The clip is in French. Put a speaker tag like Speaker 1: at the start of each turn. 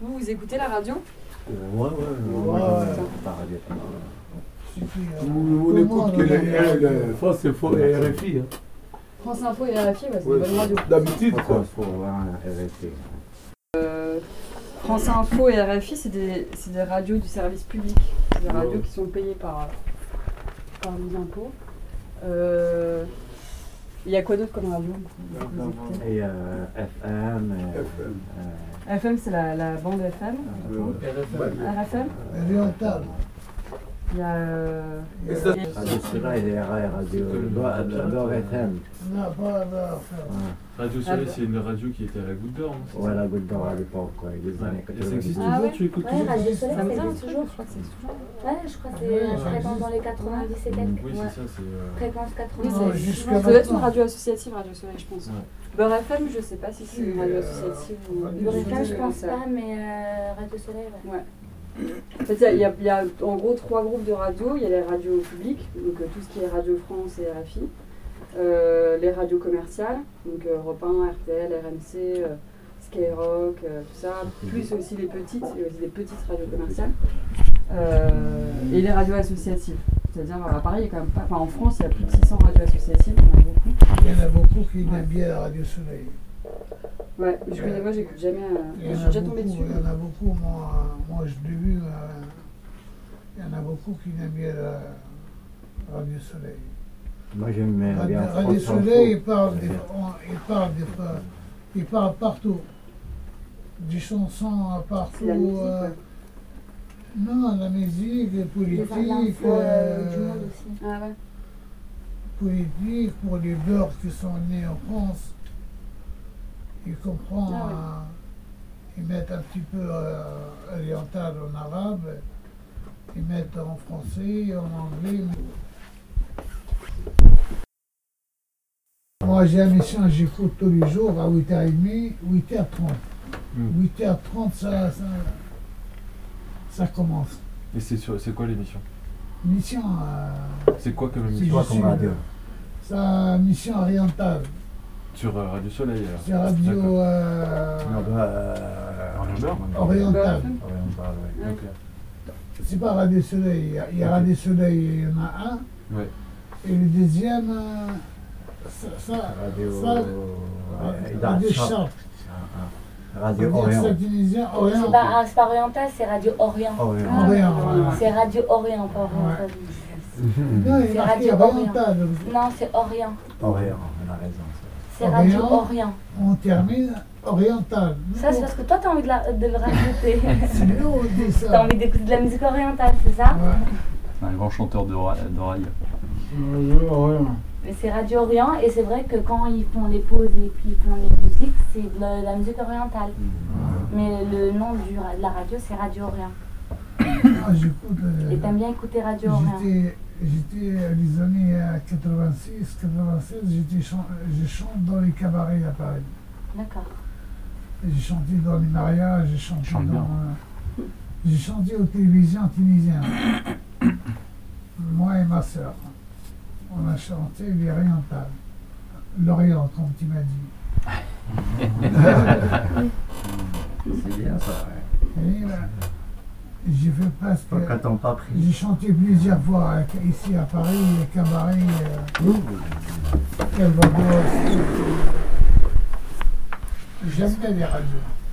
Speaker 1: Vous, vous écoutez la radio
Speaker 2: Ouais, ouais, ouais. ouais.
Speaker 3: On écoute que
Speaker 2: euh,
Speaker 3: les RL,
Speaker 4: Ça, c'est faux, et RFI. hein.
Speaker 1: France Info et RFI, bah, c'est
Speaker 4: Ouais.
Speaker 1: une bonne radio.
Speaker 4: D'habitude,
Speaker 2: Pourquoi
Speaker 4: quoi.
Speaker 2: il faut avoir un RST
Speaker 1: Euh, France Info et RFI, c'est des, c'est des radios du service public. C'est des radios
Speaker 4: Ouais.
Speaker 1: qui sont payées par, par nos impôts. Euh, Il y a quoi d'autre comme radio que vous écoutez
Speaker 2: Et euh, FM. euh,
Speaker 4: FM.
Speaker 2: euh,
Speaker 1: FM, c'est la, la bande FM.
Speaker 2: euh,
Speaker 1: RFM
Speaker 3: orientale.
Speaker 1: Il y a. euh,
Speaker 4: Et ça-
Speaker 2: Radio Sura et RR Radio. euh, J'adore FM.
Speaker 3: On n'a pas à faire.
Speaker 5: Radio Soleil, c'est une radio qui était à la goutte d'or. hein. non, c'est
Speaker 2: Ouais,
Speaker 5: ça
Speaker 2: la goutte d'or à l'époque, quoi. Les années
Speaker 5: Et ça
Speaker 2: 90.
Speaker 5: existe
Speaker 1: Ah
Speaker 5: toujours
Speaker 1: ouais.
Speaker 5: Tu écoutes
Speaker 6: Ouais,
Speaker 5: toujours
Speaker 6: Radio Soleil,
Speaker 1: Ça me dit un
Speaker 6: c'est
Speaker 1: truc,
Speaker 6: toujours.
Speaker 1: je crois que c'est toujours.
Speaker 6: Ouais, je crois que c'est
Speaker 3: Ouais,
Speaker 6: je réponds dans les 90 et quelques.
Speaker 5: Oui,
Speaker 6: Ouais.
Speaker 5: c'est ça, c'est. euh,
Speaker 6: Fréquence
Speaker 1: Oui,
Speaker 6: 90.
Speaker 1: c'est-
Speaker 3: Non, jusqu'à
Speaker 1: Ça doit être une
Speaker 3: maintenant.
Speaker 1: radio associative, Radio Soleil, je pense.
Speaker 5: Ouais.
Speaker 1: Beurre FM, je sais pas si c'est une radio associative ou.
Speaker 3: Radio
Speaker 6: Bon,
Speaker 3: Soleil,
Speaker 6: je pense pas, mais euh, Radio Soleil, ouais.
Speaker 1: En fait, il y a- il y, a- il y a en gros trois groupes de radios. Il y a les radios publiques, donc euh, tout ce qui est Radio France et RFI. Euh, les radios commerciales, donc euh, Europe 1, RTL, RMC, euh, Skyrock, euh, tout ça. Plus aussi les petites, il y a aussi des petites radios commerciales. Euh, et les radios associatives. C'est-à-dire, euh, à Paris, il y a quand même pas. Enfin, en France, il y a plus de 600 radios associatives, on en a beaucoup.
Speaker 3: Il y en a beaucoup qui aiment bien la Radio Soleil.
Speaker 1: Ouais, mais je connais, moi, j'écoute jamais.
Speaker 3: Il
Speaker 1: euh, je
Speaker 3: y en
Speaker 1: suis
Speaker 3: a
Speaker 1: déjà tombée dessus.
Speaker 3: beaucoup, il y en a beaucoup, moi, moi je l'ai vu, euh, il y en a beaucoup qui aiment bien la Radio Soleil.
Speaker 2: Moi, j'aime bien.
Speaker 3: Radio,
Speaker 2: France
Speaker 3: Radio
Speaker 2: Info.
Speaker 3: Soleil, il parle, des,
Speaker 2: Bien.
Speaker 3: on- il, parle des, il parle partout. Du chanson à
Speaker 1: C'est
Speaker 3: partout.
Speaker 1: la musique,
Speaker 3: euh,
Speaker 1: ouais.
Speaker 3: non, la musique, les
Speaker 6: Les
Speaker 3: politiques,
Speaker 6: l'info euh, du
Speaker 3: euh,
Speaker 6: monde aussi.
Speaker 1: Ah ouais.
Speaker 3: politique, pour les beurs qui sont nés en France, ils comprennent,
Speaker 1: Ah oui.
Speaker 3: euh, ils mettent un petit peu euh, oriental en arabe, ils mettent en français, en anglais. Moi j'ai un émission, j'écoute tous les jours à 8h30, 8h30.
Speaker 5: Mm.
Speaker 3: 8h30 ça, ça, ça commence.
Speaker 5: Et c'est sur- c'est quoi l'émission
Speaker 3: Mission, euh,
Speaker 5: C'est quoi comme
Speaker 3: C'est
Speaker 5: émission
Speaker 2: Toi,
Speaker 3: Je
Speaker 2: ton
Speaker 3: suis-
Speaker 2: radio.
Speaker 3: ça, mission orientale.
Speaker 5: Sur euh, Radio Soleil. alors.
Speaker 3: C'est radio
Speaker 5: D'accord.
Speaker 3: euh,
Speaker 2: Non, bah, euh,
Speaker 5: En Uber, maintenant.
Speaker 1: Beurre
Speaker 3: orientale.
Speaker 1: FM.
Speaker 2: Oriental, ouais.
Speaker 1: Ouais.
Speaker 5: Ok.
Speaker 3: C'est pas Radio Soleil. Il y a- Il y a Radio Soleil, il y en a un.
Speaker 5: Ouais.
Speaker 3: Et le deuxième, euh, ça, ça,
Speaker 2: Radio.
Speaker 3: ça,
Speaker 2: euh,
Speaker 3: Radio
Speaker 2: Idaat Shop.
Speaker 3: Sharp.
Speaker 2: Radio
Speaker 3: C'est-à-dire
Speaker 2: Orient.
Speaker 3: c'est tunisien,
Speaker 6: C'est
Speaker 3: Orient.
Speaker 6: pas, ah, c'est pas oriental, c'est Radio Orient.
Speaker 2: Orient.
Speaker 3: Orient, voilà.
Speaker 6: C'est Radio Orient, pas Orient.
Speaker 3: Non, il y
Speaker 6: C'est
Speaker 3: a marqué
Speaker 6: Radio
Speaker 3: oriental.
Speaker 6: Non, c'est Orient.
Speaker 2: Orient, on a raison. ça.
Speaker 6: C'est
Speaker 3: Orient.
Speaker 6: Radio Orient.
Speaker 3: On termine oriental.
Speaker 6: Ça, c'est parce que toi, t'as envie de, la- de le rajouter.
Speaker 3: C'est nous, on dit
Speaker 6: t'as
Speaker 3: ça.
Speaker 6: envie d'écouter de la musique orientale, c'est ça
Speaker 3: Ouais.
Speaker 7: un grand chanteur de ra- d'oreille.
Speaker 6: Mais c'est Radio Orient et c'est vrai que quand ils font les pauses et puis ils font les musiques, c'est de la, la musique orientale. Mais le nom du ra- de la radio, c'est Radio Orient.
Speaker 3: Ah, j'écoute, euh,
Speaker 6: Et t'aimes bien écouter Radio Orient
Speaker 3: J'étais, j'étais euh, les années euh, 86, 96, j'étais chan- je chante dans les cabarets à Paris.
Speaker 6: D'accord.
Speaker 3: J'ai chanté dans les mariages, j'ai chanté
Speaker 7: Chante
Speaker 3: dans.
Speaker 7: bien.
Speaker 3: euh, j'ai chanté aux télévisions tunisiennes. Moi et ma sœur. On a chanté les orientales. L'Orient, comme tu m'as dit.
Speaker 2: C'est bien ça. ouais.
Speaker 3: Et là, j'ai fait presque.
Speaker 2: Faut Quand on pas pris.
Speaker 3: J'ai chanté plusieurs fois euh, ici à Paris, les cabarets, euh, Calvados. J'aime bien les radios.